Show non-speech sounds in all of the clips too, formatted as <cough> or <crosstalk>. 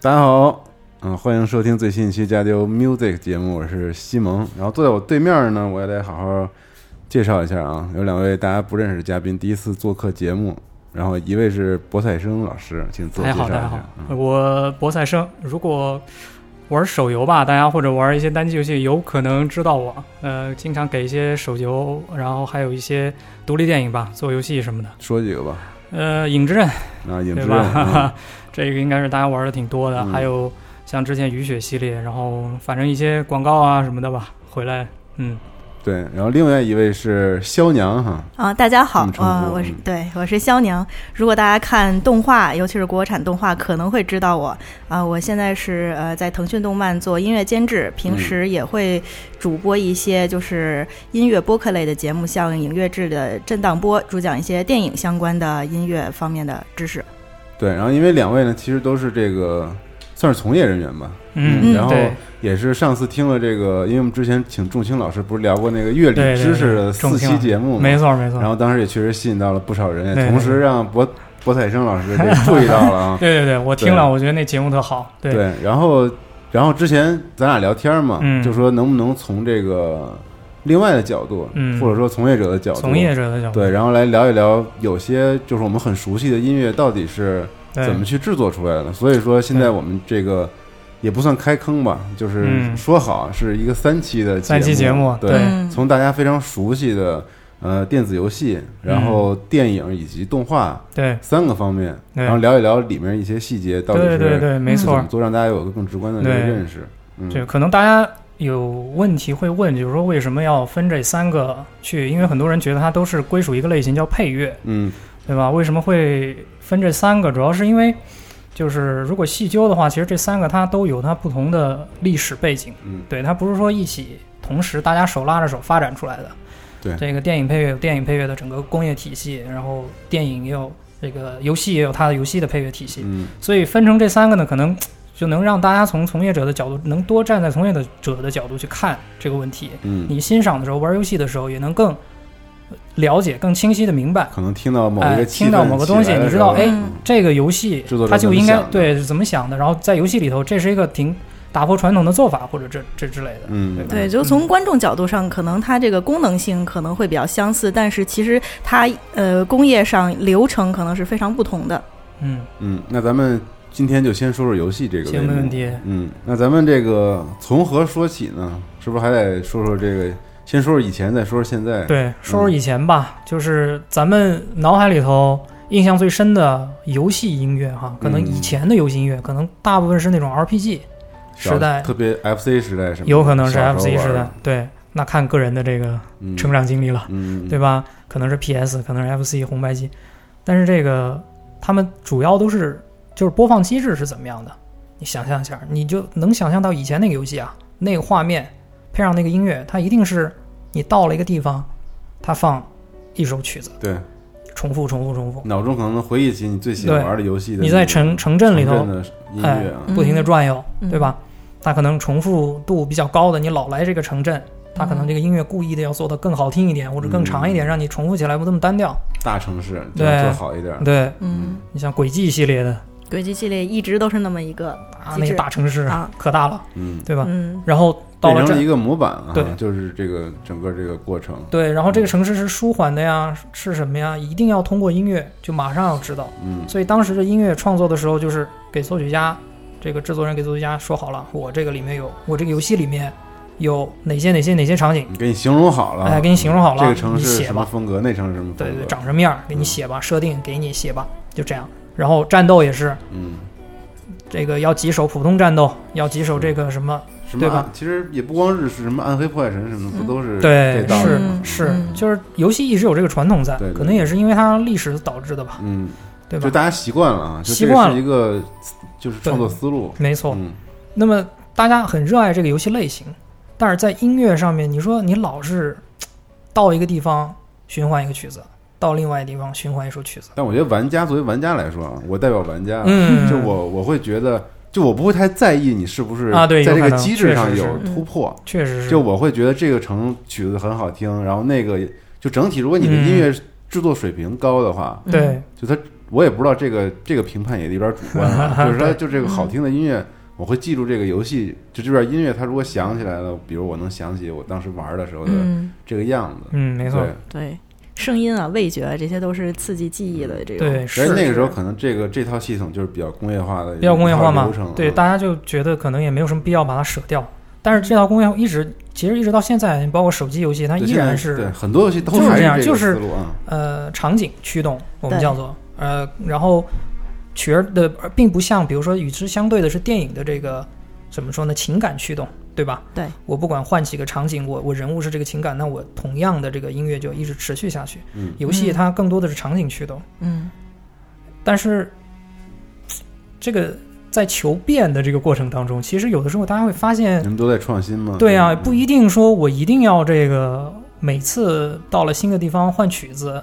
大家好，嗯，欢迎收听最新一期《加丢 Music》节目，我是西蒙。然后坐在我对面呢，我也得好好介绍一下啊，有两位大家不认识的嘉宾，第一次做客节目。然后一位是博采生老师，请自我大介家绍一好，大家哎好下。嗯，我博赛生。如果玩手游吧，大家或者玩一些单机游戏，有可能知道我。呃，经常给一些手游，然后还有一些独立电影吧，做游戏什么的。说几个吧。呃，影之刃，啊，影之对刃吧？嗯 <laughs> 这个应该是大家玩的挺多的。嗯还有像之前雨雪系列，然后反正一些广告啊什么的吧，回来，嗯，对。然后另外一位是肖娘哈，啊，大家好这么，称呼啊，我是嗯对，我是肖娘。如果大家看动画，尤其是国产动画，可能会知道我啊。我现在是呃在腾讯动漫做音乐监制，平嗯时也会主播一些就是音乐播客类的节目，像影乐志的震荡波，主讲一些电影相关的音乐方面的知识。对。然后因为两位呢，其实都是这个算是从业人员吧，嗯，然后对也是上次听了这个，因为我们之前请仲青老师不是聊过那个乐理对对知识的对仲四青期节目嘛，没错没错然。后当时也确实吸引到了不少人，嗯对也对同时让博博采生老师 <laughs> 这注意到了啊，对对对，我听对了，我觉得那节目特好。对，对，然后然后之前咱俩聊天嘛，嗯就说能不能从这个另外的角度，嗯或者说从业者的角度，从业者的角度，对，然后来聊一聊有些就是我们很熟悉的音乐到底是对怎么去制作出来的。所以说现在我们这个也不算开坑吧，就是嗯说好是一个三期的三期节目对，对嗯从大家非常熟悉的呃电子游戏，嗯然后电影以及动画对。三个方面，对然后聊一聊里面一些细节到底对是对对，没是怎错么。做，让大家有个更直观的这个对认识。嗯，对，可能大家有问题会问，就是说为什么要分这三个去？因为很多人觉得它都是归属一个类型，叫配乐，嗯，对吧？为什么会分这三个？主要是因为，就是如果细究的话，其实这三个它都有它不同的历史背景，嗯对，它不是说一起同时大家手拉着手发展出来的。对这个电影配乐有电影配乐的整个工业体系，然后电影也有这个游戏也有它的游戏的配乐体系，嗯，所以分成这三个呢，可能就能让大家从从业者的角度，能多站在从业者的角度去看这个问题。嗯，你欣赏的时候，玩游戏的时候，也能更了解、更清晰的明白可能听到某一哎个气听到氛某个起东西来的你知时候道哎嗯这个游戏制作者它怎就么应该想的对是怎么想的。然后在游戏里头，这是一个挺打破传统的做法，或者这这之类的。嗯，对，就从观众角度上，可能它这个功能性可能会比较相似，但是其实它呃工业上流程可能是非常不同的。嗯，嗯，那咱们今天就先说说游戏这个行，类没目问。题。嗯，那咱们这个从何说起呢？是不是还得说说这个？先说说以前，再说说现在。，对，说说以前吧，就是咱们脑海里头印象最深的游戏音乐哈，可能嗯以前的游戏音乐，可能大部分是那种 RPG 小时代，特别 FC 时代什么的，有可能是小 FC 候玩时代的，，对，那看个人的这个嗯成，长经历了，嗯，对吧？可能是 PS，可能是 FC 红白机，但是这个他们主要都是就是播放机制是怎么样的？你想象一下，你就能想象到以前那个游戏啊，那个画面配上那个音乐，它一定是你到了一个地方，它放一首曲子，对，重复、重复、重复，重脑中可能能回忆起你最喜欢玩的游戏的那个。你在城城镇里头哎城镇的音乐啊，嗯不停的转悠，嗯对吧？它可能重复度比较高的，你老来这个城镇，它可能嗯这个音乐故意的要做的更好听一点，或者更长一嗯点，让你重复起来不这么单调。大城市就对要做好一点。对嗯，你像轨迹系列的轨迹系列一直都是那么一个啊，机那制个大城市啊可大了，嗯，对吧？嗯然后到变了成了这一，个模板啊，对就是这个整个这个过程。对，然后这个城市是舒缓的呀，是什么呀？一定要通过音乐就马上要知道。嗯，所以当时的音乐创作的时候，就是给作曲家，这个制作人给作曲家说好了，我这个里面有，我这个游戏里面有哪些哪些哪些场景，你给你形容好了，哎，给你形容好了，这个城你市写什么吧，风格，那城市什么风对格对，，长什么样儿，给你写吧，设定给你写吧，就这样。然后战斗也是，嗯。这个要几手普通战斗，要几手这个什么，嗯什么对吧暗其实也不光是是什么暗黑破坏神什么的，嗯不都是对这道理是吗？是嗯，就是游戏一直有这个传统在对，对可能也是因为它历史导致的吧，嗯，对就吧？大家习惯了啊，就这习惯个了是一个就是创作思路。没错。嗯，那么大家很热爱这个游戏类型，但是在音乐上面，你说你老是嘖到一个地方循环一个曲子，到另外一个地方循环一首曲子，但我觉得玩家作为玩家来说啊，我代表玩家啊，嗯，就我我会觉得，就我不会太在意你是不是啊对在这有个可能机制上确实有是嗯突破，确实是就我会觉得这个城曲子很好听，然后那个就整体，如果你的嗯音乐制作水平高的话，对就它我也不知道这个这个评判也有点主观 <laughs> 了，就是说，就这个好嗯听的音乐，我会记住这个游戏，就这段音乐，它如果想起来了，比如我能想起我当时玩的时候的嗯，这个样子，嗯，没错，对，对，声音啊、味觉啊，这些都是刺激记忆的这种。对，所以是那个时候可能这个这套系统就是比较工业化的，比较工业化嘛流程，对，嗯大家就觉得可能也没有什么必要把它舍掉。但是这套工业化一直，其实一直到现在，包括手机游戏，它对依现在然对是很多游戏都就是还这样这就个是思路啊，呃场景驱动，我们对叫做呃，然后曲儿的而并不像，比如说与之相对的是电影的这个怎么说呢，情感驱动，对吧？对，我不管换几个场景，我我人物是这个情感，那我同样的这个音乐就一直持续下去。嗯游戏嗯它更多的是场景驱动，嗯，但是这个在求变的这个过程当中，其实有的时候大家会发现你，们都在创新嘛，对呀、嗯不一定说我一定要这个每次到了新的地方换曲子，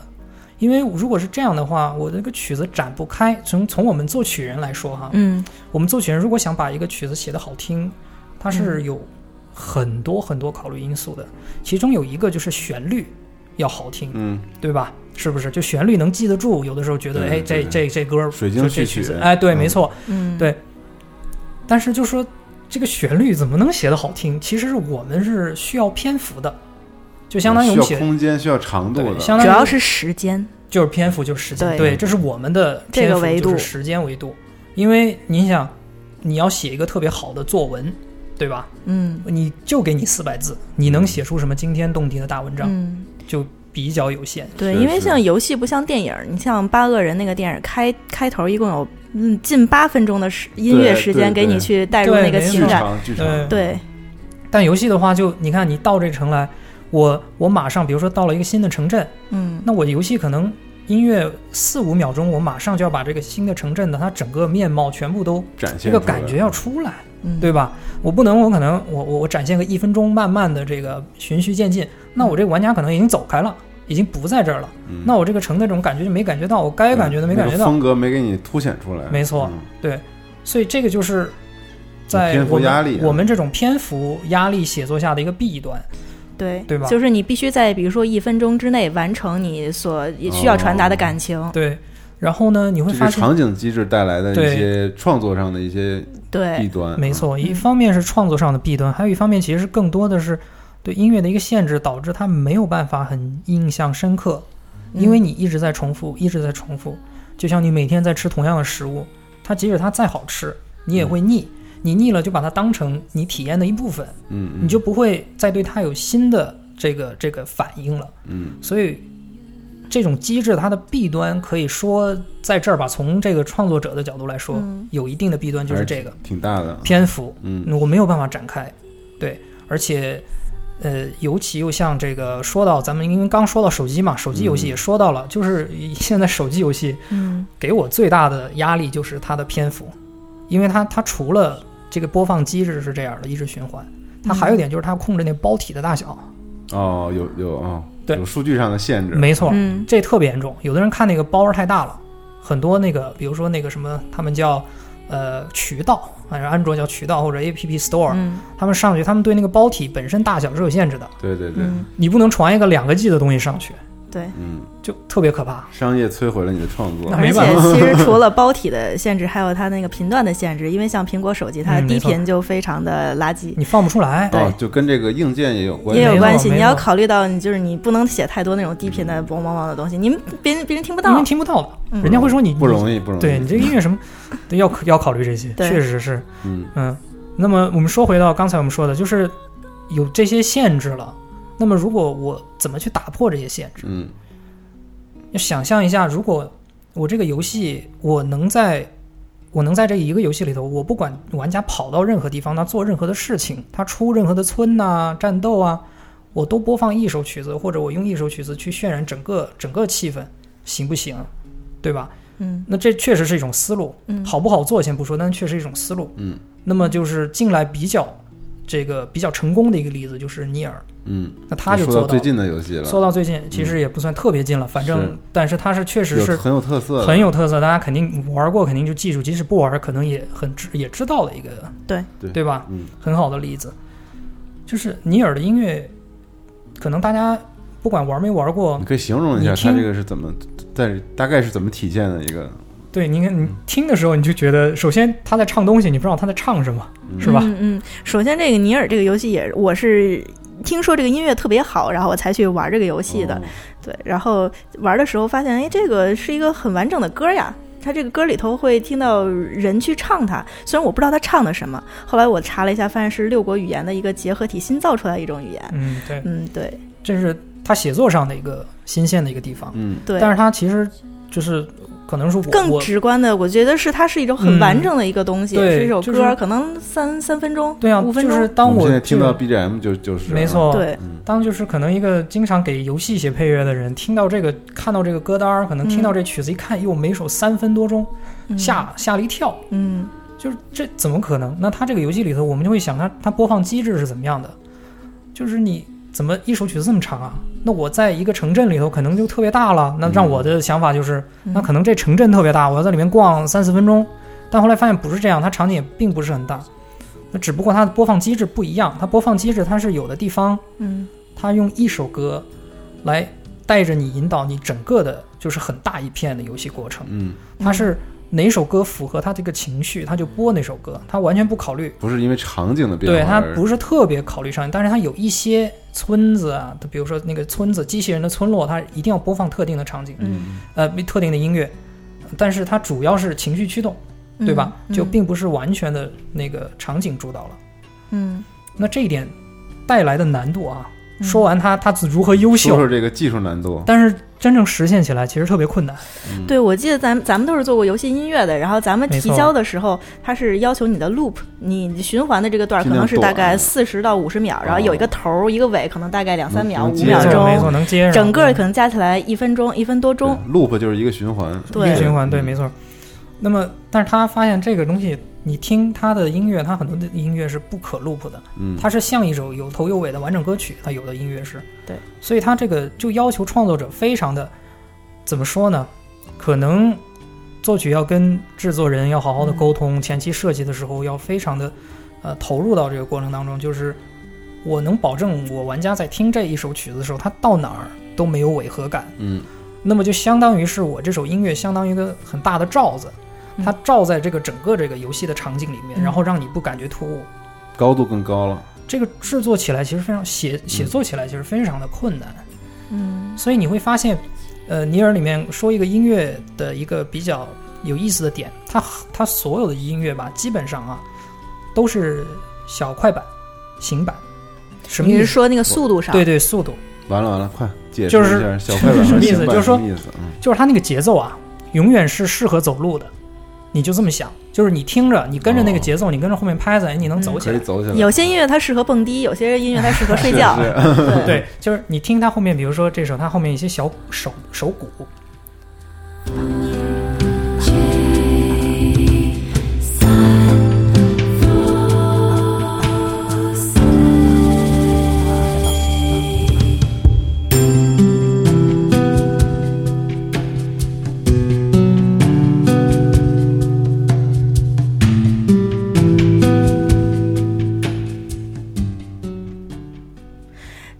因为如果是这样的话，我这个曲子展不开。从从我们作曲人来说哈，嗯，我们作曲人如果想把一个曲子写得好听，它是有很多很多考虑因素的，其中有一个就是旋律要好听，嗯，对吧？是不是？就旋律能记得住，有的时候觉得，对哎，对这这这歌儿水晶就序这曲曲子，哎，对，嗯没错。嗯，对但是就说这个旋律怎么能写得好听？其实是我们是需要篇幅的，就相当于我需们要写空间，需要长度的，对相当主于要是时间。就是篇幅就是时间，对对，这是我们的这个篇幅维度就是时间维度。因为你想，你要写一个特别好的作文，对吧？嗯你就给你四百字，你嗯能写出什么惊天动地的大文章？嗯。就比较有限。对，是因为是啊像游戏不像电影儿，你像《八恶人》那个电影儿开开头一共有嗯近八分钟的时音乐对时对间给你对去带入对那个没剧情错感，场剧场，对对，但游戏的话就，你看你到这城来，我我马上，比如说到了一个新的城镇，嗯那我游戏可能音乐四五秒钟，我马上就要把这个新的城镇的它整个面貌全部都展这现个出来感觉要出来，嗯，对吧？我不能，我可能我我我展现个一分钟，慢慢的这个循序渐进，那我这个玩家可能已经走开了。已经不在这儿了，嗯那我这个城那种感觉就没感觉到，我该对感觉的没感嗯觉那个到，风格没给你凸显出来，没错嗯所以这个就是在篇幅我们压力啊我们这种篇幅压力写作下的一个弊端。对对吧就是你必须在比如说一分钟之内完成你所需要传达哦的感情，对，然后呢，你会这发是现，场景机制带来的一对哎些创作上的一些弊对，端，啊没错，一嗯方面是创作上的弊端，还有一方面其实是更多的是对音乐的一个限制，导致它没有办法很印象深刻，因为嗯你一直在重复，一直在重复，就像你每天在吃同样的食物，它即使它再好吃，你嗯也会腻。你腻了，就把它当成你体验的一部分，嗯，嗯，你就不会再对它有新的这个这个反应了。嗯所以这种机制它的弊端可以说在这儿吧，从这个创作者的角度来说，嗯有一定的弊端就是这个挺大的，篇幅，嗯我没有办法展开，对，而且。呃，尤其又像这个说到咱们，因为刚说到手机嘛，手机游戏也说到了，就是现在手机游戏嗯给我最大的压力就是它的篇幅，因为它它除了这个播放机制是这样的一直循环，它还有一点就是它控制那包体的大小，哦，有有哦，对有数据上的限制，没错，嗯这特别严重。有的人看那个包儿太大了，很多那个，比如说那个什么，他们叫呃渠道，反正安卓叫渠道或者 App Store，、嗯他们上去，他们对那个包体本身大小是有限制的，对对对，嗯，你不能传一个两个 G 的东西上去，对。嗯，就特别可怕。商业摧毁了你的创作哦那，而没且办其实除了包体的限制，还有它那个频段的限制，因为像苹果手机，它嗯低没错频就非常的垃圾。你放不出来，哦，就跟这个硬件也有关也系，哦有没关错系，没你要错考虑到，你就是你不能写太多那种低频的嗡嗡嗡的东西，你们别人别人听不因为到。听不到的，嗯人家会说你不易，容易，不容易，对你这个音乐什么，对要要考虑这些，对确实是，嗯，嗯。那么我们说回到刚才我们说的，就是有这些限制了，那么如果我怎么去打破这些限制？嗯要想象一下，如果我这个游戏，我能在我能在这一个游戏里头，我不管玩家跑到任何地方，他做任何的事情，他出任何的村呐、战斗啊，我都播放一首曲子，或者我用一首曲子去渲染整个整个气氛，行不行？对吧？嗯那这确实是一种思路，嗯好不好做先不说，但确实是一种思路。嗯那么就是近来比较这个比较成功的一个例子就是尼尔，嗯，那他就说做到到最近的游戏了，说到最近，其实也不算特别近了，反正是但是他是确实有是很有特色的，很有特色，大家肯定玩过，肯定就记住；即使不玩，可能也很知也知道的一个，对对对吧？嗯很好的例子，就是尼尔的音乐，可能大家不管玩没玩过你，可以形容一下它你听这个是怎么在大概是怎么体现的一个，对，你看你听的时候，你就觉得，首先他在唱东西，你不知道他在唱什么，是吧？嗯嗯，首先这个尼尔这个游戏也，我是听说这个音乐特别好，然后我才去玩这个游戏的。哦对，然后玩的时候发现，哎，这个是一个很完整的歌呀。它这个歌里头会听到人去唱它，虽然我不知道他唱的什么。后来我查了一下，发现是六国语言的一个结合体新造出来一种语言。嗯，对，嗯，对这是他写作上的一个新鲜的一个地方。嗯，对。但是他其实就是可能是我更我直观的，我觉得是它是一种很完整的一个东西，嗯对是一首歌，就是可能三三分钟，对啊，五分就钟，是当我们我现在听这到个 BGM 就就是没，错，对，嗯当就是可能一个经常给游戏写配乐的人，听到这个看到这个歌单儿，可能听到这曲子一看，哟，每首三分多钟，嗯吓吓了一跳，嗯就是这怎么可能？那它这个游戏里头，我们就会想它它播放机制是怎么样的？就是你怎么一首曲子这么长啊？那我在一个城镇里头可能就特别大了，那让我的想法就是，嗯那可能这城镇特别大，我要在里面逛三四分钟。但后来发现不是这样，它场景也并不是很大，那只不过它的播放机制不一样，它播放机制它是有的地方嗯它用一首歌来带着你引导你整个的，就是很大一片的游戏过程。嗯，它是哪首歌符合他这个情绪，他就播哪首歌，他完全不考虑。不是因为场景的变化，对他而不是特别考虑商业，但是他有一些村子啊，比如说那个村子机器人的村落，它一定要播放特定的场景，嗯，呃，特定的音乐，但是它主要是情绪驱动，对吧？嗯就并不是完全的那个场景主导了。嗯那这一点带来的难度啊，嗯说完它它如何优秀说，说这个技术难度，但是真正实现起来其实特别困难。嗯对，我记得咱们咱们都是做过游戏音乐的，然后咱们没提错交的时候，它是要求你的 loop，你循环的这个段儿可尽量能是大概短啊四十到五十秒，然后有哦一个头儿一个尾，可能大概两三能秒、能五接秒受没错，没钟，错，能接上。整个嗯可能加起来一分钟、一分多对钟。 loop 就是一个循环，对一个循环，对，嗯没错。那么，但是他发现这个东西，你听他的音乐，他很多的音乐是不可 loop 的，嗯，它是像一首有头有尾的完整歌曲，它有的音乐是。对，所以他这个就要求创作者非常的，怎么说呢？可能作曲要跟制作人要好好的沟通，前期设计的时候要非常的，呃，投入到这个过程当中，就是我能保证我玩家在听这一首曲子的时候，他到哪儿都没有违和感。嗯那么就相当于是我这首音乐相当于一个很大的罩子，嗯它罩在这个整个这个游戏的场景里面，嗯然后让你不感觉突兀。高度更高了，这个制作起来其实非常嗯写写作起来其实非常的困难，嗯所以你会发现，呃，尼尔里面说一个音乐的一个比较有意思的点，它它所有的音乐吧，基本上啊都是小快板、行板，什么你意是思？说那个速度上？对对，速度，完了完了，快解释就一是下小快板什么和意思行板就是说什么意思，嗯就是它那个节奏啊，永远是适合走路的。你就这么想，就是你听着，你跟着那个节奏，你跟着后面拍子，哎你能走起哦嗯可以来。走起来，有些音乐它适合蹦迪，有些音乐它适合睡觉。 <laughs> 是对，对，就是你听它后面，比如说这首，它后面一些小手手鼓，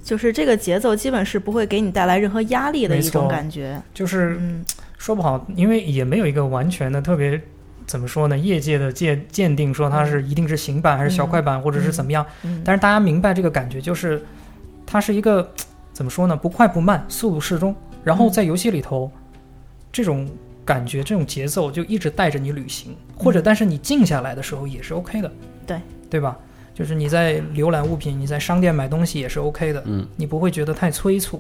就是这个节奏基本是不会给你带来任何压力的没一种错感觉。就是嗯说不好，因为也没有一个完全的特别怎么说呢，业界的鉴鉴定说它是一定是行板还是小快板，或者是怎么样。嗯，但是大家明白这个感觉，就是它是一个怎么说呢，不快不慢，速度适中。然后在嗯游戏里头，这种感觉、这种节奏就一直带着你旅行，或者但是你静下来的时候也是 OK 的，嗯对对吧？就是你在浏览物品，你在商店买东西也是 OK 的，嗯，你不会觉得太催促。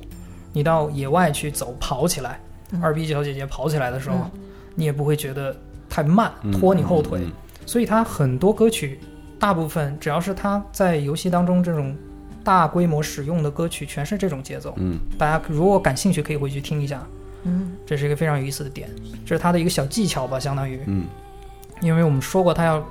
你到野外去走跑起来，嗯二逼小姐姐跑起来的时候，嗯你也不会觉得太慢，嗯 <laughs> 拖你后腿。嗯所以它很多歌曲，大部分只要是它在游戏当中这种大规模使用的歌曲，全是这种节奏。嗯，大家如果感兴趣，可以回去听一下，嗯这是一个非常有意思的点，这是它的一个小技巧吧，相当于，嗯因为我们说过它要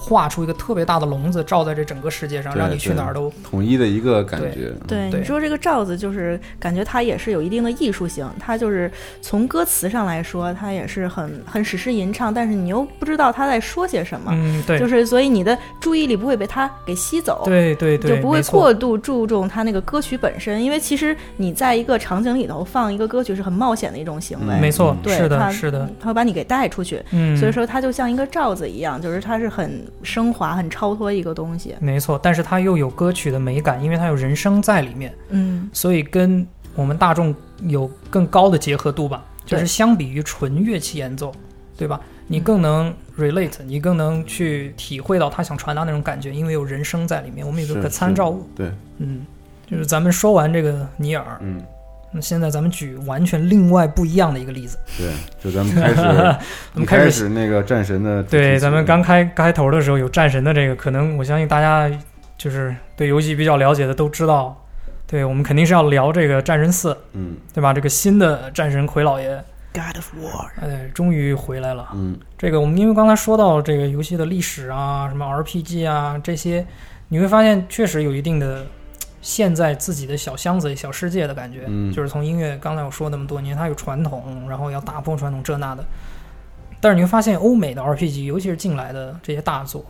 画出一个特别大的笼子，罩在这整个世界上，对让你去哪儿都嗯统一的一个感觉，对，嗯对你说这个罩子，就是感觉它也是有一定的艺术性，它就是从歌词上来说，它也是很很史诗吟唱，但是你又不知道他在说些什么，嗯，对，就是所以你的注意力不会被它给吸走。对对对，就不会没错过度注重它那个歌曲本身，因为其实你在一个场景里头放一个歌曲是很冒险的一种行为，嗯没错，对是的，它是的，它会把你给带出去，嗯，所以说它就像一个罩子一样，就是它是很升华、很超脱一个东西。没错，但是它又有歌曲的美感，因为它有人声在里面，嗯，所以跟我们大众有更高的结合度吧，就对是相比于纯乐器演奏，对吧？你嗯更能 relate，你更能去体会到他想传达那种感觉，因为有人声在里面，我们有是个可参照物。，是对，嗯，就是咱们说完这个尼尔，嗯，那现在咱们举完全另外不一样的一个例子。对，就咱们开 <laughs> 始，咱们一开始开始那个战神的主题曲，对，咱们刚开开头的时候有战神的这个，可能我相信大家就是对游戏比较了解的都知道，对我们肯定是要聊这个战神四，嗯对吧？这个新的战神奎老爷， God of War，呃，终于回来了。嗯这个我们因为刚才说到这个游戏的历史啊，什么 RPG 啊这些，你会发现确实有一定的嘖现在自己的小箱子、小世界的感觉。嗯就是从音乐，刚才我说那么多年，它有传统，然后要打破传统这那的。但是你会发现，欧美的 RPG，尤其是近来的这些大作，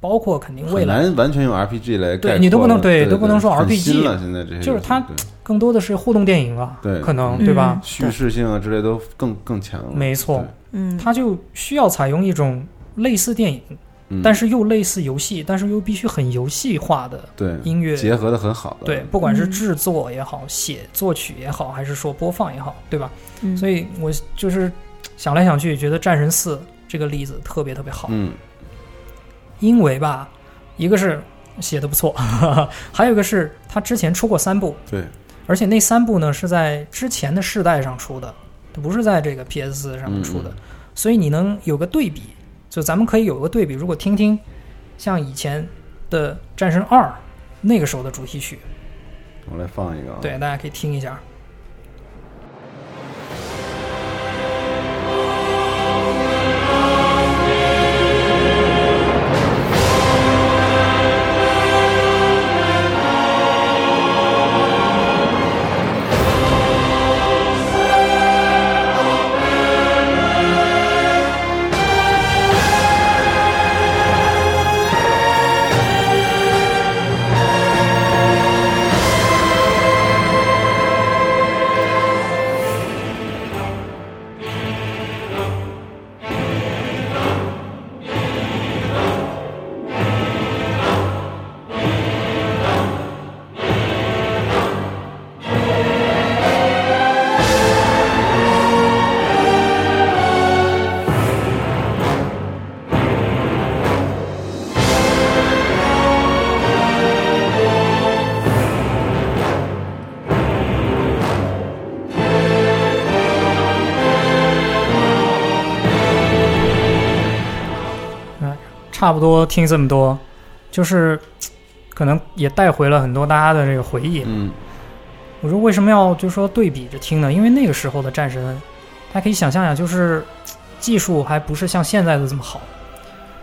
包括肯定未很来，难完全用 RPG 来概括了，对你都不能对对，都不能说很 RPG 新了，现在这些就是游戏它对更多的是互动电影了，对可能嗯对吧？叙事性啊之类都更更强了，没错对，嗯，它就需要采用一种类似电影，嗯但是又类似游戏，但是又必须很游戏化的对音乐结合的很好的，对，不管是嗯制作也好，写作曲也好，还是说播放也好，对吧？嗯所以我就是想来想去，觉得《战神四》这个例子特别特别好，嗯因为吧，一个是写的不错， <laughs> 还有一个是他之前出过三部，对，而且那三部呢是在之前的世代上出的，不是在这个 PS 上面出的，嗯所以你能有个对比，就咱们可以有个对比。如果听听像以前的《战神二》那个时候的主题曲，我来放一个啊，对，大家可以听一下。差不多听这么多，就是嘖可能也带回了很多大家的这个回忆。嗯我说为什么要就说对比着听呢？因为那个时候的战神，大家可以想象一下，就是嘖技术还不是像现在的这么好。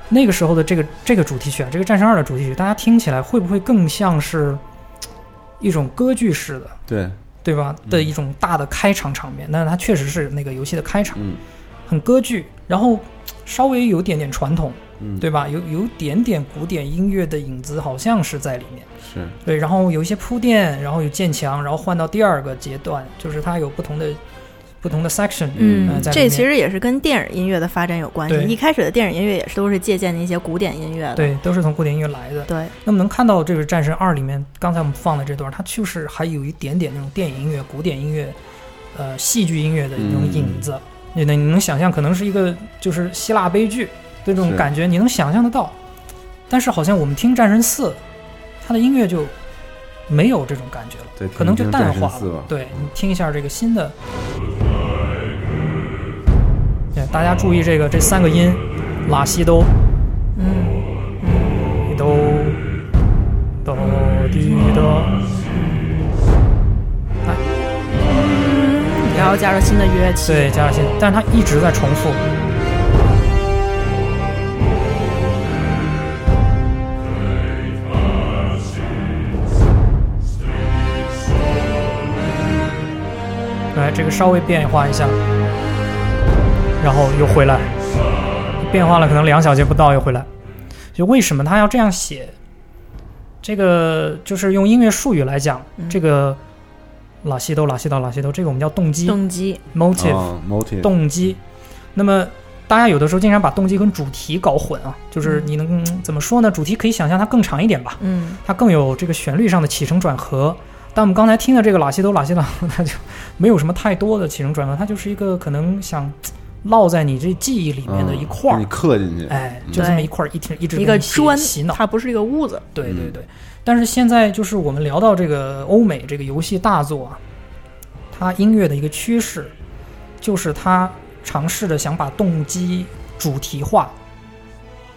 那个时候的这个这个主题曲啊，这个《战神二》的主题曲，大家听起来会不会更像是嘖一种歌剧式的，对，对吧？嗯的一种大的开场场面？但是它确实是那个游戏的开场，嗯很歌剧，然后嘖稍微有点点传统，嗯对吧？有有点点古典音乐的影子，好像是在里面。是对，然后有一些铺垫，然后有渐强，然后换到第二个阶段，就是它有不同的不同的 section。嗯呃，在里这面其实也是跟电影音乐的发展有关系对。一开始的电影音乐也是都是借鉴的一些古典音乐的。对，都是从古典音乐来的。对那么能看到这个《战神二》里面，刚才我们放的这段，它就是还有一点点那种电影音乐、古典音乐、呃戏剧音乐的那种嗯影子。你能你能想象，可能是一个就是希腊悲剧这种是感觉，你能想象得到。但是好像我们听《战神四》，它的音乐就没有这种感觉了。对，可能就听听淡战神化四吧嗯了。，对你听一下这个新的，哎，大家注意这个这三个音，拉西哆、嗯咪哆、哆滴哆。哎，嗯，然后加入新的乐器。对，加上新，但是它一直在重复。这个稍微变化一下，然后又回来，变化了可能两小节不到又回来。就为什么他要这样写？这个就是用音乐术语来讲，嗯这个拉西哆拉西哆拉西哆，这个我们叫动机动机， motive、啊，motive，动机。那么大家有的时候经常把动机跟主题搞混啊，就是你能、嗯怎么说呢？主题可以想象它更长一点吧，嗯它更有这个旋律上的起承转合。但我们刚才听的这个拉西哆拉 <laughs> 西哆，它就没有什么太多的起承转合，它就是一个可能想烙在你这记忆里面的一嗯块儿给你，刻进去，哎，就这么对一块儿，一听一直一给个你洗砖洗脑，它不是一个屋子，对对嗯对。但是现在就是我们聊到这个欧美这个游戏大作啊，它音乐的一个趋势，就是它尝试着想把动机主题化。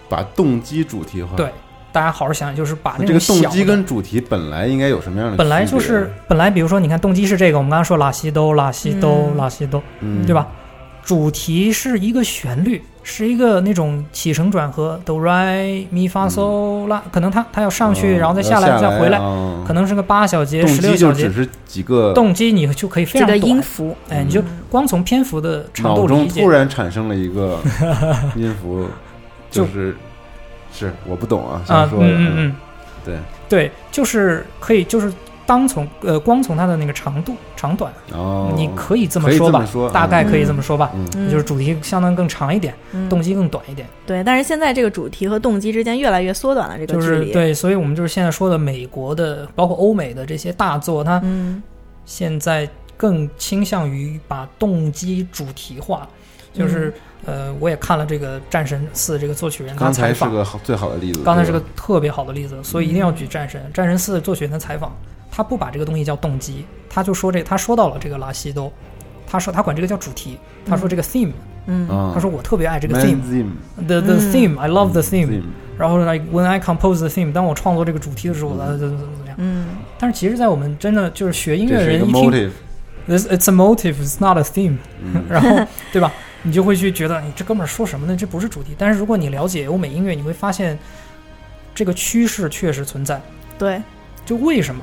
把动机主题化。对，大家好好想想，就是把那那啊这种个小动的机跟主啊题本来应该有什么样的区别？本来就是本来，比如说你看动机是这个，我们刚刚说拉西兜拉西兜嗯拉西兜，嗯，对吧？主题是一个旋律，是一个那种起承转合，哆来咪发嗦拉，可能它它要上去，嗯然后再下下来，再回来，嗯可能是个八小节、动十六机小就节只。是几个动机你就可以非这常个短，音符，哎，你就嗯光从篇幅的长脑度中理解突，然产生了一个音 <laughs> 符，就是是我不懂啊，想啊，说嗯的嗯嗯，对对，就是可以，就是当从呃光从它的那个长度长短，嗯，哦，你可以这么可以说这吧么，说大概嗯可以这么说吧，嗯嗯就是主题相当更长一点，嗯动机更短一点，对，但是现在这个主题和动机之间越来越缩短了这个就距是离，，对，所以我们就是现在说的美国的，包括欧美的这些大作，它嗯现在更倾向于把动机主题化，就是呃，我也看了这个《战神四》这个作曲人他嗯刚才采是访，个好最好的例子，刚才是对个吧特别好的例子，所以一定要举战神。战神四作曲人的采访，他不把这个东西叫动机，他就说这，他说到了这个拉西多，他说他管这个叫主题，他说这个 theme，、嗯嗯，他说我特别爱这个 Man theme，the Zim the 嗯 theme，I love the theme、 Zim 然后 like when I compose the theme，当我创作这个主题的时候，我呃怎么怎么怎么样？嗯但是其实，在我们真的就是学音乐这是一个人一听 motive， ，this it's a motive, it's not a theme，嗯 <laughs> 然后对吧？你就会去觉得你哎这哥们儿说什么呢？这不是主题。但是如果你了解欧美音乐，你会发现这个趋势确实存在。对，就为什么？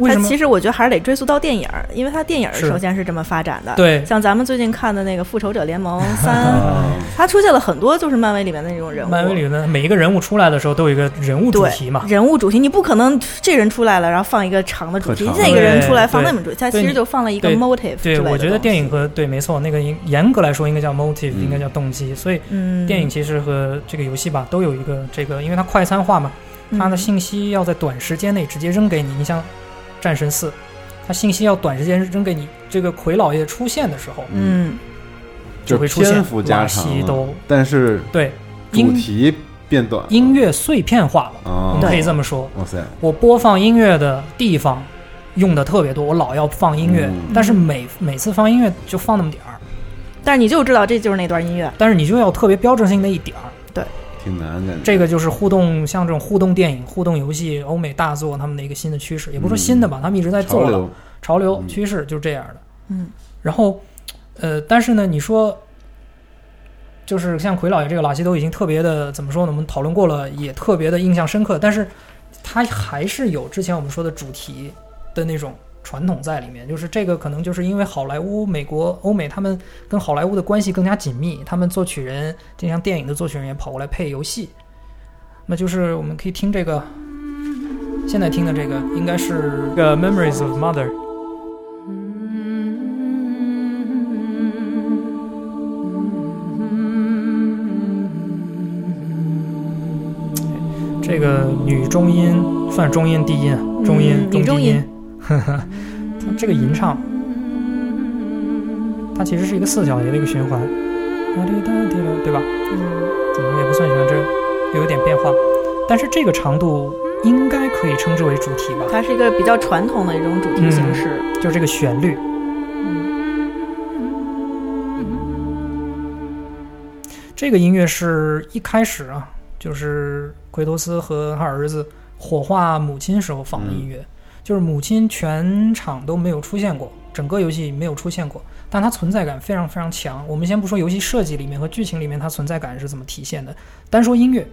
为它什么其？实我觉得还是得追溯到电影儿，因为它电影儿是首先是这么发展的，，对像咱们最近看的那个《复仇者联盟 <laughs> 三》，啊它出现了很多就是漫威里面的那种人物，漫威里的每一个人物出来的时候都有一个人物主对题嘛？人物主题，你不可能这人出来了，然后放一个长的主题特，长那个人出来放对那么主题，它对其实就放了一个对 motive 之类对，的我觉得东西电影，和对，没错，那个应严格来说应该叫 motive，、嗯应该叫动机。所以嗯，电影其实和这个游戏吧都有一个这个，因为它快餐化嘛，它的嗯信息要在短时间内直接扔给你。你像《战神四》，它信息要短时间扔给你。这个奎老爷出现的时候，嗯，就会是出现篇幅加长拉西了都，但是对主音题变短了，音乐碎片化了，我啊们，可以对这么说。哇塞，我播放音乐的地方用的特别多，我老要放音乐，嗯但是每每次放音乐就放那么点儿，但是你就知道这就是那段音乐，但是你就要特别标志性的一点儿。挺难感觉，这个就是互动，像这种互动电影、互动游戏，欧美大作他们的一个新的趋势，也不是说新的吧，他们一直在嗯潮做了流，潮流嗯趋势就是这样的。嗯，然后，呃，但是呢，你说，就是像奎老爷这个拉西都已经特别的怎么说呢？我们讨论过了，也特别的印象深刻。但是，他还是有之前我们说的主题的那种传统在里面。就是这个可能就是因为好莱坞、美国、欧美他们跟好莱坞的关系更加紧密，他们作曲人，就像电影的作曲人也跑过来配游戏。那就是我们可以听这个，现在听的这个应该是个《Memories of Mother》。这个女中音算中音低音啊，中音、嗯中女中低音音，它 <laughs> 这个吟唱，它其实是一个四小节的一个循环，对吧？嗯怎么也不算循环，这又有点变化，但是这个长度应该可以称之为主题吧？它是一个比较传统的一种主题形式，就这个旋律，嗯这个音乐是一开始啊，就是奎托斯和他儿子火化母亲时候放的音乐，就是母亲全场都没有出现过，整个游戏没有出现过，但它存在感非常非常强。我们先不说游戏设计里面和剧情里面它存在感是怎么体现的，单说音乐，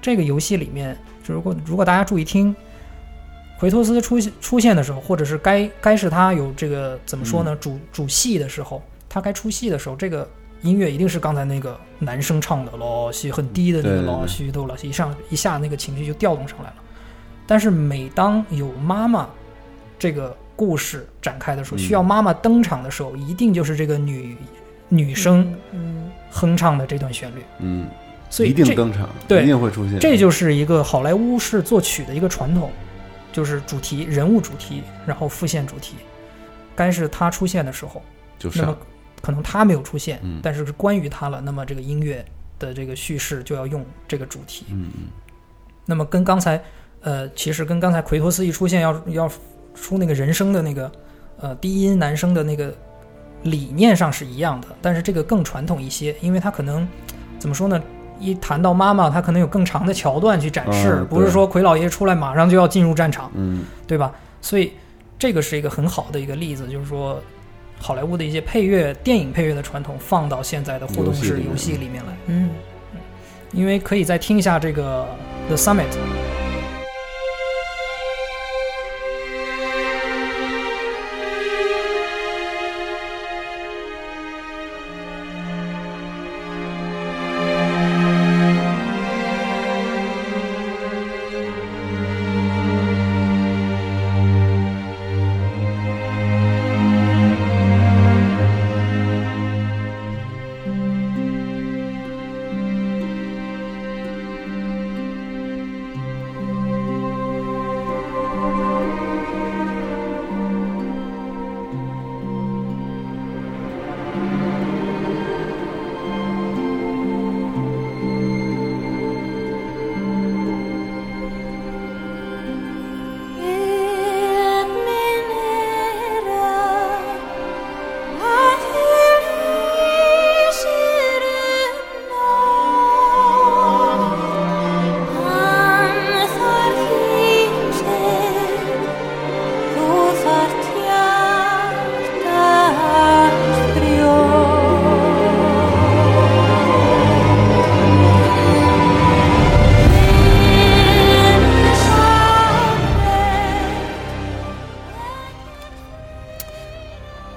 这个游戏里面，就如果如果大家注意听，奎托斯出现出现的时候，或者是该该是他有这个怎么说呢？主主戏的时候，他该出戏的时候，这个音乐一定是刚才那个男生唱的老西很低的那个对对老对西都老西，一上一下那个情绪就调动上来了。但是每当有妈妈这个故事展开的时候，嗯需要妈妈登场的时候，一定就是这个女女生嗯，哼唱的这段旋律。嗯，所以一定这登场，对一定会出现，这就是一个好莱坞式作曲的一个传统，就是主题、人物主题，然后复现主题。该是他出现的时候，就那上么，可能他没有出现，嗯但是是关于他了。那么这个音乐的这个叙事就要用这个主题。嗯嗯那么跟刚才，呃，其实跟刚才奎托斯一出现要要出那个人声的那个，呃，低音男声的那个理念上是一样的，但是这个更传统一些，因为他可能怎么说呢？一谈到妈妈，他可能有更长的桥段去展示，嗯不是对说奎老爷出来马上就要进入战场，嗯，对吧？所以这个是一个很好的一个例子，就是说好莱坞的一些配乐、电影配乐的传统放到现在的互动式游游戏戏里面里面来，嗯，因为可以再听一下这个 The Summit。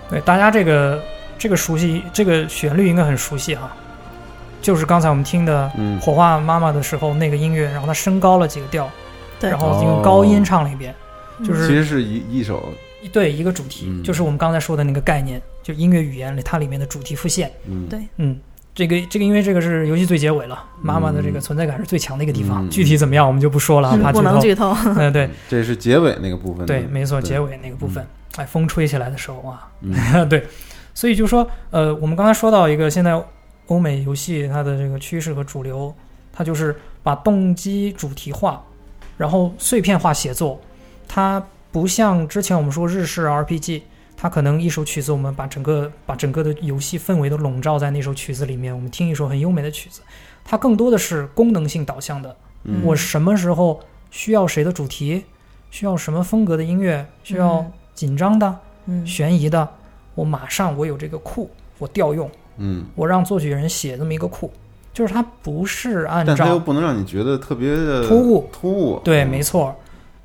对，大家这个这个熟悉，这个旋律应该很熟悉啊，就是刚才我们听的嗯《火化妈妈》的时候那个音乐，然后它升高了几个调，对然后用高音唱了一遍，就哦其是实是一一首，对一个主题，嗯就是我们刚才说的那个概念，就音乐语言里它里面的主题复现。嗯，对嗯，这个这个因为这个是游戏最结尾了，妈妈的这个嗯存在感是最强的一个地方，嗯具体怎么样我们就不说了啊，怕不能剧剧透，透。 <laughs> 嗯，对，嗯，这是结尾那个部分的，对，没错，对结尾那个部分，哎，风吹起来的时候啊，嗯 <laughs> 对，所以就说，呃，我们刚才说到一个现在欧美游戏它的这个趋势和主流，它就是把动机主题化，然后碎片化写作，它不像之前我们说日式 RPG。它可能一首曲子，我们把整个把整个的游戏氛围都笼罩在那首曲子里面。我们听一首很优美的曲子，它更多的是功能性导向的，嗯我什么时候需要谁的主题，需要什么风格的音乐，需要嗯紧张的、嗯悬疑的，我马上我有这个库，我调用，嗯，我让作曲人写这么一个库，就是它不是按但它又照不能让你觉得特别的突兀突兀，对，嗯没错，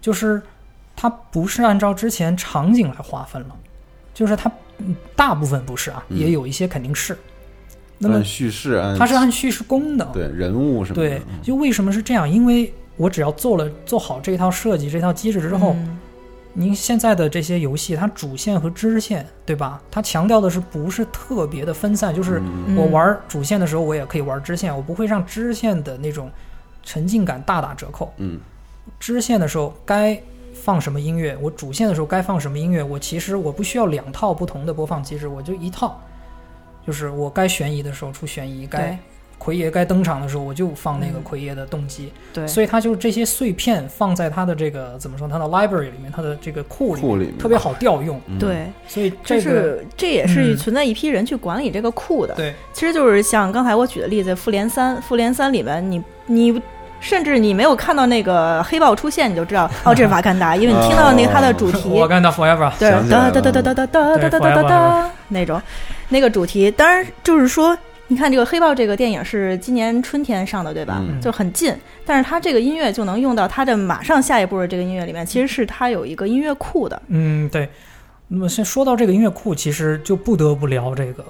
就是它不是按照之前场景来划分了，就是它嗯大部分不是啊，嗯也有一些肯定是。那么按叙事按它是按叙事功能，对嗯人物什么的，对，就为什么是这样？因为我只要做了做好这套设计、这套机制之后，嗯您现在的这些游戏，它主线和支线，对吧？它强调的是不是特别的分散？就是嗯我玩主线的时候，我也可以玩支线，我不会让支线的那种沉浸感大打折扣。嗯支线的时候该放什么音乐，我主线的时候该放什么音乐，我其实我不需要两套不同的播放机制，我就一套，就是我该悬疑的时候出悬疑，该对奎爷该登场的时候，我就放那个嗯奎爷的动机。对，所以它就是这些碎片放在它的这个怎么说，它的 library 里面，它的这个库里面库里面特别好调用。嗯对，所以就这个是这也是嗯存在一批人去管理这个库的，对其实就是像刚才我举的例子，《复联三》，《复联三》里面你你。甚至你没有看到那个黑豹出现，你就知道哦，这是瓦干达，因为你听到那个它的主题，我干到 forever，对，想起来哒了哒哒哒哒哒哒哒哒哒哒那种，那个主题。当然就是说，你看这个《黑豹》这个电影是今年春天上的，对吧？嗯就很近，但是它这个音乐就能用到它的马上下一步的这个音乐里面，其实是它有一个音乐库的。嗯，对。那么先说到这个音乐库，其实就不得不聊这个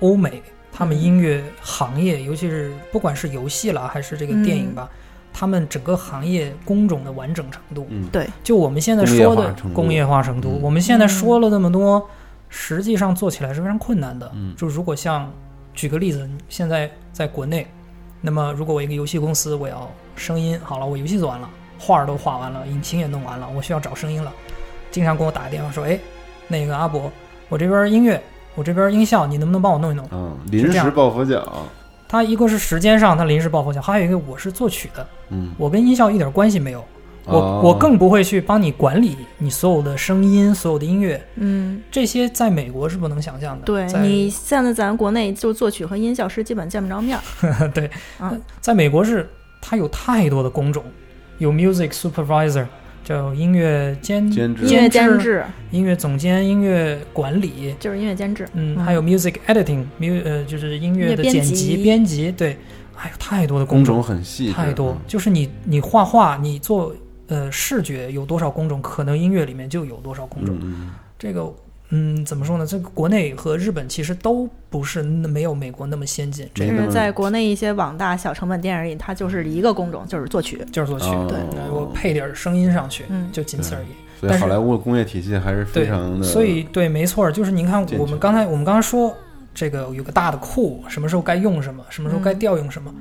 欧美他们音乐行业，尤其是不管是游戏了还是这个电影吧，他们整个行业工种的完整程度。嗯对，就我们现在说的工工业业化程嗯度，我们现在说了那么多，实际上做起来是非常困难的。嗯就如果像举个例子，现在在国内，那么如果我一个游戏公司，我要声音好了，我游戏做完了，画儿都画完了，引擎也弄完了，我需要找声音了，经常给我打电话说，哎，那个阿伯，我这边音乐，我这边音效，你能不能帮我弄一弄？嗯，临时抱佛脚，他一个是时间上他临时抱佛脚，还有一个我是作曲的，嗯，我跟音效一点关系没有，我、哦我更不会去帮你管理你所有的声音、所有的音乐，嗯，这些在美国是不能想象的。对在你现在咱国内就作曲和音效师基本见不着面儿。 <laughs> 对，嗯在美国是它有太多的工种，有 music supervisor，叫音乐监监制音乐监、制音乐总监、音乐管理，就是音乐监制，嗯，嗯还有 music editing，mu 呃就是音乐的音乐剪编辑、辑编辑，对，还有太多的工工种，种很细致，嗯太多，就是你你画画，你做呃视觉有多少工种，可能音乐里面就有多少工嗯，种。嗯嗯这个，嗯，怎么说呢？这个国内和日本其实都不是那没有美国那么先进，没这那么是在国内一些网大小成本电影里，它就是一个工种，就是作曲。就是作曲，哦对，然后我配点儿声音上去，嗯就仅此而已。所以但是好莱坞工业体系还是非对常的，所以对，没错儿，就是您看健，我全们刚才我们刚才说这个有个大的库，什么时候该用什么，什么时候该嗯调用什么。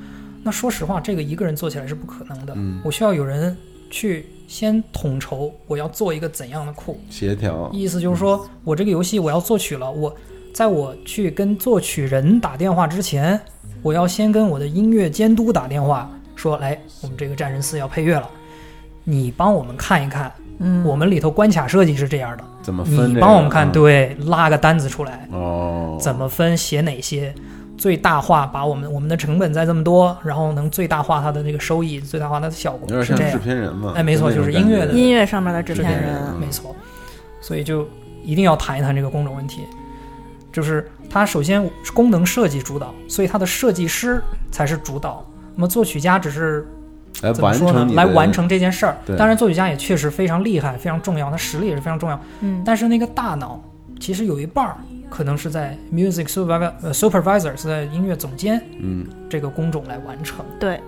那说实话，这个一个人做起来是不可能的，嗯我需要有人去先统筹，我要做一个怎样的库。协调，意思就是说我这个游戏我要作曲了，我在我去跟作曲人打电话之前，我要先跟我的音乐监督打电话，说来我们这个战神四要配乐了，你帮我们看一看，嗯我们里头关卡设计是这样的，怎么分这个？你帮我们看，嗯对，拉个单子出来，哦，怎么分，写哪些。最大化把我们我们的成本在这么多，然后能最大化它的这个收益，最大化它的效果，有点是像这制样。片人嘛？哎没错那种就是音乐的感觉音乐上面的制制片片人啊人，嗯没错。所以就一定要谈一谈这个工种问题，就是它首先是功能设计主导，所以它的设计师才是主导。那么作曲家只是来怎么完说呢成你？来完，成这件事儿对。当然，作曲家也确实非常厉害，非常重要，他实力也是非常重要。嗯，但是那个大脑其实有一半儿可能是在 music supervisor 呃 supervisor 是在音乐总监嗯，这个工种来完成。对，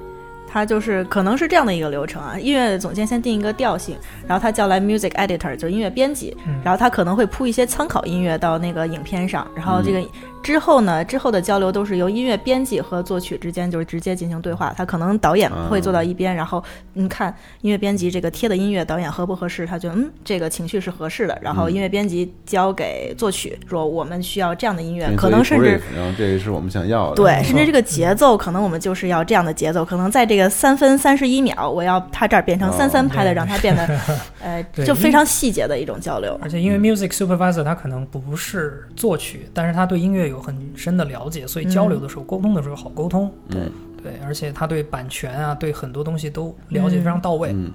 它就是可能是这样的一个流程啊。音乐总监先定一个调性，然后他叫来 music editor，就是音乐编辑，嗯，然后他可能会铺一些参考音乐到那个影片上，然后这个之后呢，之后的交流都是由音乐编辑和作曲之间就是直接进行对话。他可能导演会坐到一边，然后你看音乐编辑这个贴的音乐导演合不合适，他觉得嗯这个情绪是合适的，然后音乐编辑交给作曲说我们需要这样的音乐给，你可做能一甚至 brief，然后这个是我们想要的，对，没甚至错这个节奏，可能我们就是要这样的节奏，可能在这个三分三十一秒，我要它这儿变成哦三三拍的，对让它变得，呃，对就因为非常细节的一种交流。而且因嗯为 music supervisor 他可能不是作曲，但是他对音乐有很深的了解，所以交流的时候、沟通的时候好沟通。嗯对，而且他对版权啊，对很多东西都了解非常到位。嗯，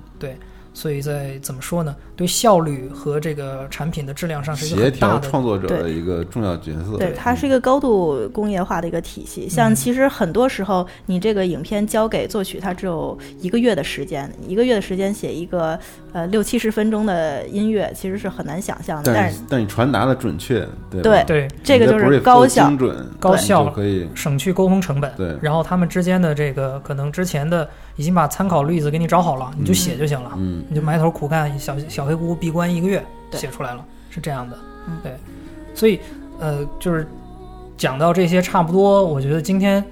所以在怎么说呢，对效率和这个产品的质量啊上是一个协很大调的创作者的一个重要角色，对，它是一个高度工业化的一个体系。像其实很多时候，你这个影片交给作曲，它只有一个月的时间，一个月的时间写一个呃六七十分钟的音乐，其实是很难想象的。但但是是但你传达的准确，对吧对对这个你就的 brief 是够高效精，准，高效你就可以，省去沟通成本。对然后他们之间的这个可能之前的已经把参考例子给你找好了，你就写就行了，嗯，你就埋头苦干，小小黑屋闭关一个月对写出来了，是这样的。嗯对，所以呃，就是讲到这些差不多，我觉得今天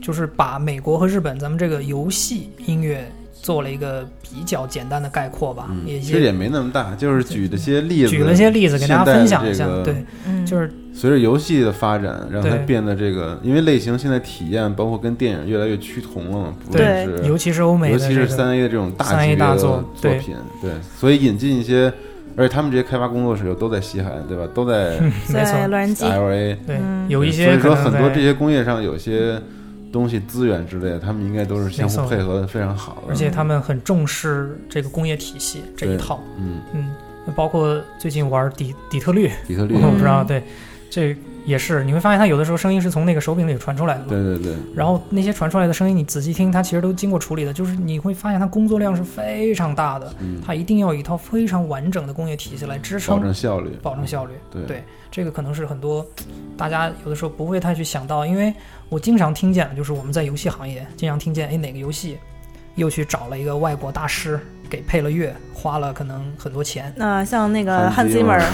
就是把美国和日本咱们这个游戏音乐做了一个比较简单的概括吧，嗯也其实也没那么大，就是举了些例子，举了些例子给大家分享一下。现在的这个对，嗯，就是随着游戏的发展，让它对变得这个，因为类型现在体验包括跟电影越来越趋同了嘛，不对论是尤其是欧美尤的、其这个，是三 A 的这种大 3A 级别大的作对品，对，所以引进一些，而且他们这些开发工作室又都在西海岸，对吧？都 <laughs> 在没错在，洛杉矶， LA，对，嗯有一所些以可说能很多在这些工业上有些东西资源之类的，他们应该都是相没互错配合的非常好的，而且他们很重视这个工业体系这一对套，嗯，嗯，包括最近玩底底特律，底特律我不知道，嗯对，这也是你会发现它有的时候声音是从那个手柄里传出来的嘛。对对对，然后那些传出来的声音，你仔细听，它其实都经过处理的，就是你会发现它工作量是非常大的，嗯，它一定要有一套非常完整的工业体系来支保撑证效率，保证效率。对对这个可能是很多大家有的时候不会太去想到，因为我经常听见，就是我们在游戏行业经常听见，哎，哪个游戏又去找了一个外国大师给配了乐，花了可能很多钱，那、像那个汉汉斯斯季季默默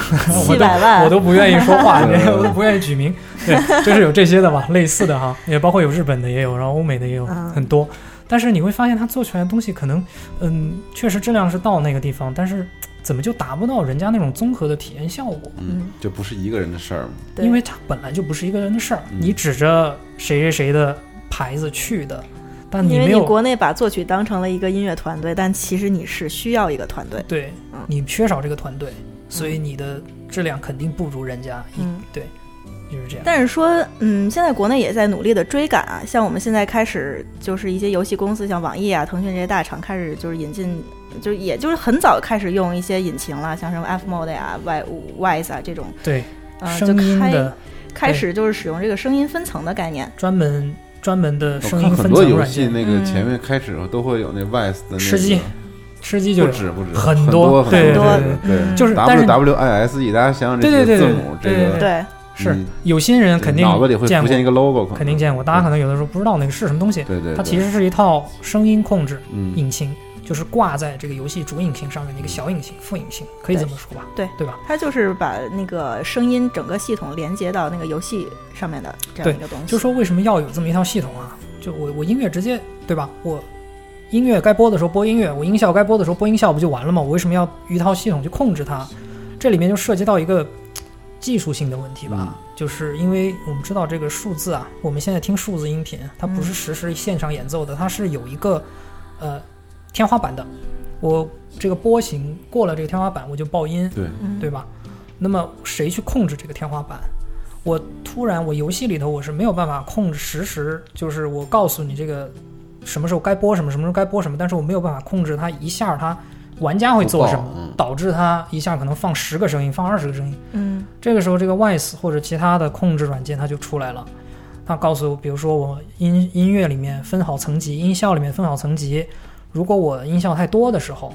七百万，我都不愿意说话， <laughs> 对我都不愿意举名，对，就是有这些的吧，类似的哈，也包括有日本的也有，然后欧美的也有嗯很多，但是你会发现他做出来的东西可能，嗯，确实质量是到那个地方，但是怎么就达不到人家那种综合的体验效果？嗯，就不是一个人的事儿嘛，对因为它本来就不是一个人的事儿，嗯你指着谁谁谁的牌子去的，但因为没你有国内把作曲当成了一个音乐团队，但其实你是需要一个团队。对嗯你缺少这个团队，所以你的质量肯定不如人家，嗯，就是这样。但是说，嗯，现在国内也在努力的追赶啊，像我们现在开始就是一些游戏公司，像网易啊、腾讯这些大厂开始就是引进，就是也就是很早开始用一些引擎了，像什么 Fmode 呀、Y Wise 啊这种，对呃，就声音开的开始就是使用这个声音分层的概念。专门专门的我声哦看音很分多层游软戏件，那个嗯前面开始都会有那 VICE 的那个吃鸡吃鸡就不有止不止，很多多对多对对对，嗯就是但是 W W I S E，大家想想这对几个对字对母，这对对个对，是你有心人肯定嗯脑子里会见浮过现一，个 logo，可能肯定见过。大家可能有的时候不知道那个是什么东西，对对，它对其实是一套声音控制嗯引擎，就是挂在这个游戏主引擎上面的一个小引擎、副引擎，可以这么说吧？对对吧？它就是把那个声音整个系统连接到那个游戏上面的这样一个东西。就说为什么要有这么一套系统啊？就我我音乐直接对吧？我音乐该播的时候播音乐，我音效该播的时候播音效，不就完了吗？我为什么要一套系统去控制它？这里面就涉及到一个嘖技术性的问题吧，嗯就是因为我们知道这个数字啊，我们现在听数字音频，它不是实时现场演奏的，它是有一个呃天花板的。我这个波形过了这个天花板，我就爆音，对，嗯，对吧？那么谁去控制这个天花板？我突然我游戏里头我是没有办法控制实时，就是我告诉你这个什么时候该播什么，什么时候该播什么，但是我没有办法控制它一下它玩家会做什不爆么嗯，导致它一下可能放十个声音，放二十个声音。嗯，这个时候，这个 Wise 或者其他的控制软件它就出来了，它告诉我，比如说我音音乐里面分好层级，音效里面分好层级，如果我音效太多的时候，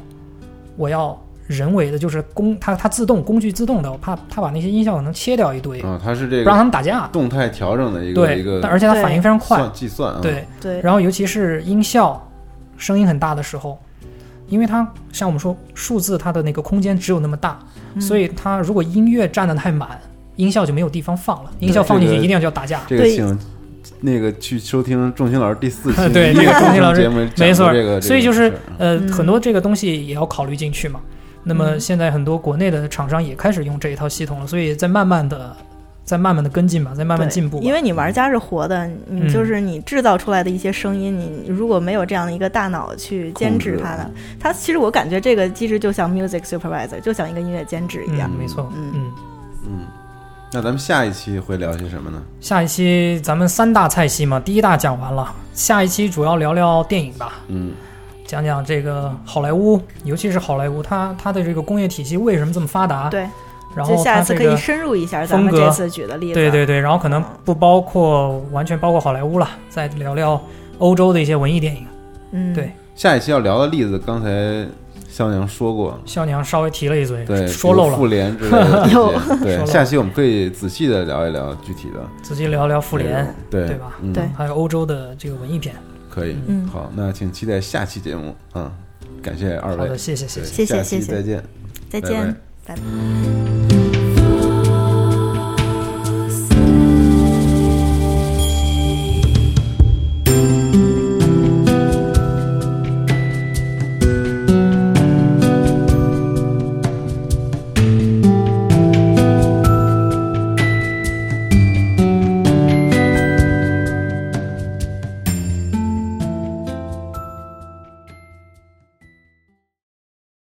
我要人为的，就是工它它自动工具自动的，我怕它把那些音效可能切掉一堆，啊，它是这不让个他们打架。动态调整的一个一对，个但而且它反应非常快算，计算啊，对。对，然后尤其是音效声音很大的时候，因为它像我们说数字它的那个空间只有那么大，嗯所以它如果音乐占得太满，音效就没有地方放了，音效放进去这个一定要叫打架。这个对请那个去收听仲兴老师第四期， <laughs> <laughs> 对这个仲兴老师节目讲过没错这个所以就是这个事儿呃，嗯很多这个东西也要考虑进去嘛。那么嗯现在很多国内的厂商也开始用这一套系统了，所以在慢慢的，在慢慢的跟进吧，在慢慢对进步吧。因为你玩家是活的，你嗯就是你制造出来的一些声音，你如果没有这样的一个大脑去监制它的，它其实我感觉这个机制就像 music supervisor，就像一个音乐监制一样嗯，。没错，嗯嗯。嗯，那咱们下一期会聊些什么呢？下一期咱们三大菜系嘛，第一大讲完了，下一期主要聊聊电影吧，嗯，讲讲这个好莱坞，尤其是好莱坞，它它的这个工业体系为什么这么发达？对，啊然就后下它次这可以个深入一下咱风们格这次举的例子。对对对，然后可能不包括完全包括好莱坞了，再聊聊欧洲的一些文艺电影。嗯，对下一期要聊的例子，刚才肖娘说过，肖娘稍微提了一嘴，对，说漏比如复了，联之类 <laughs> 的这有些，说对，漏下期我们可以仔细的聊一聊具体的仔细聊聊复内联容，，对对吧嗯对还有欧洲的这个文艺片。可以，嗯好，那请期待下期节目，嗯，感谢二好位的，，谢谢谢谢对。谢谢下期谢谢再见。再拜见拜。拜拜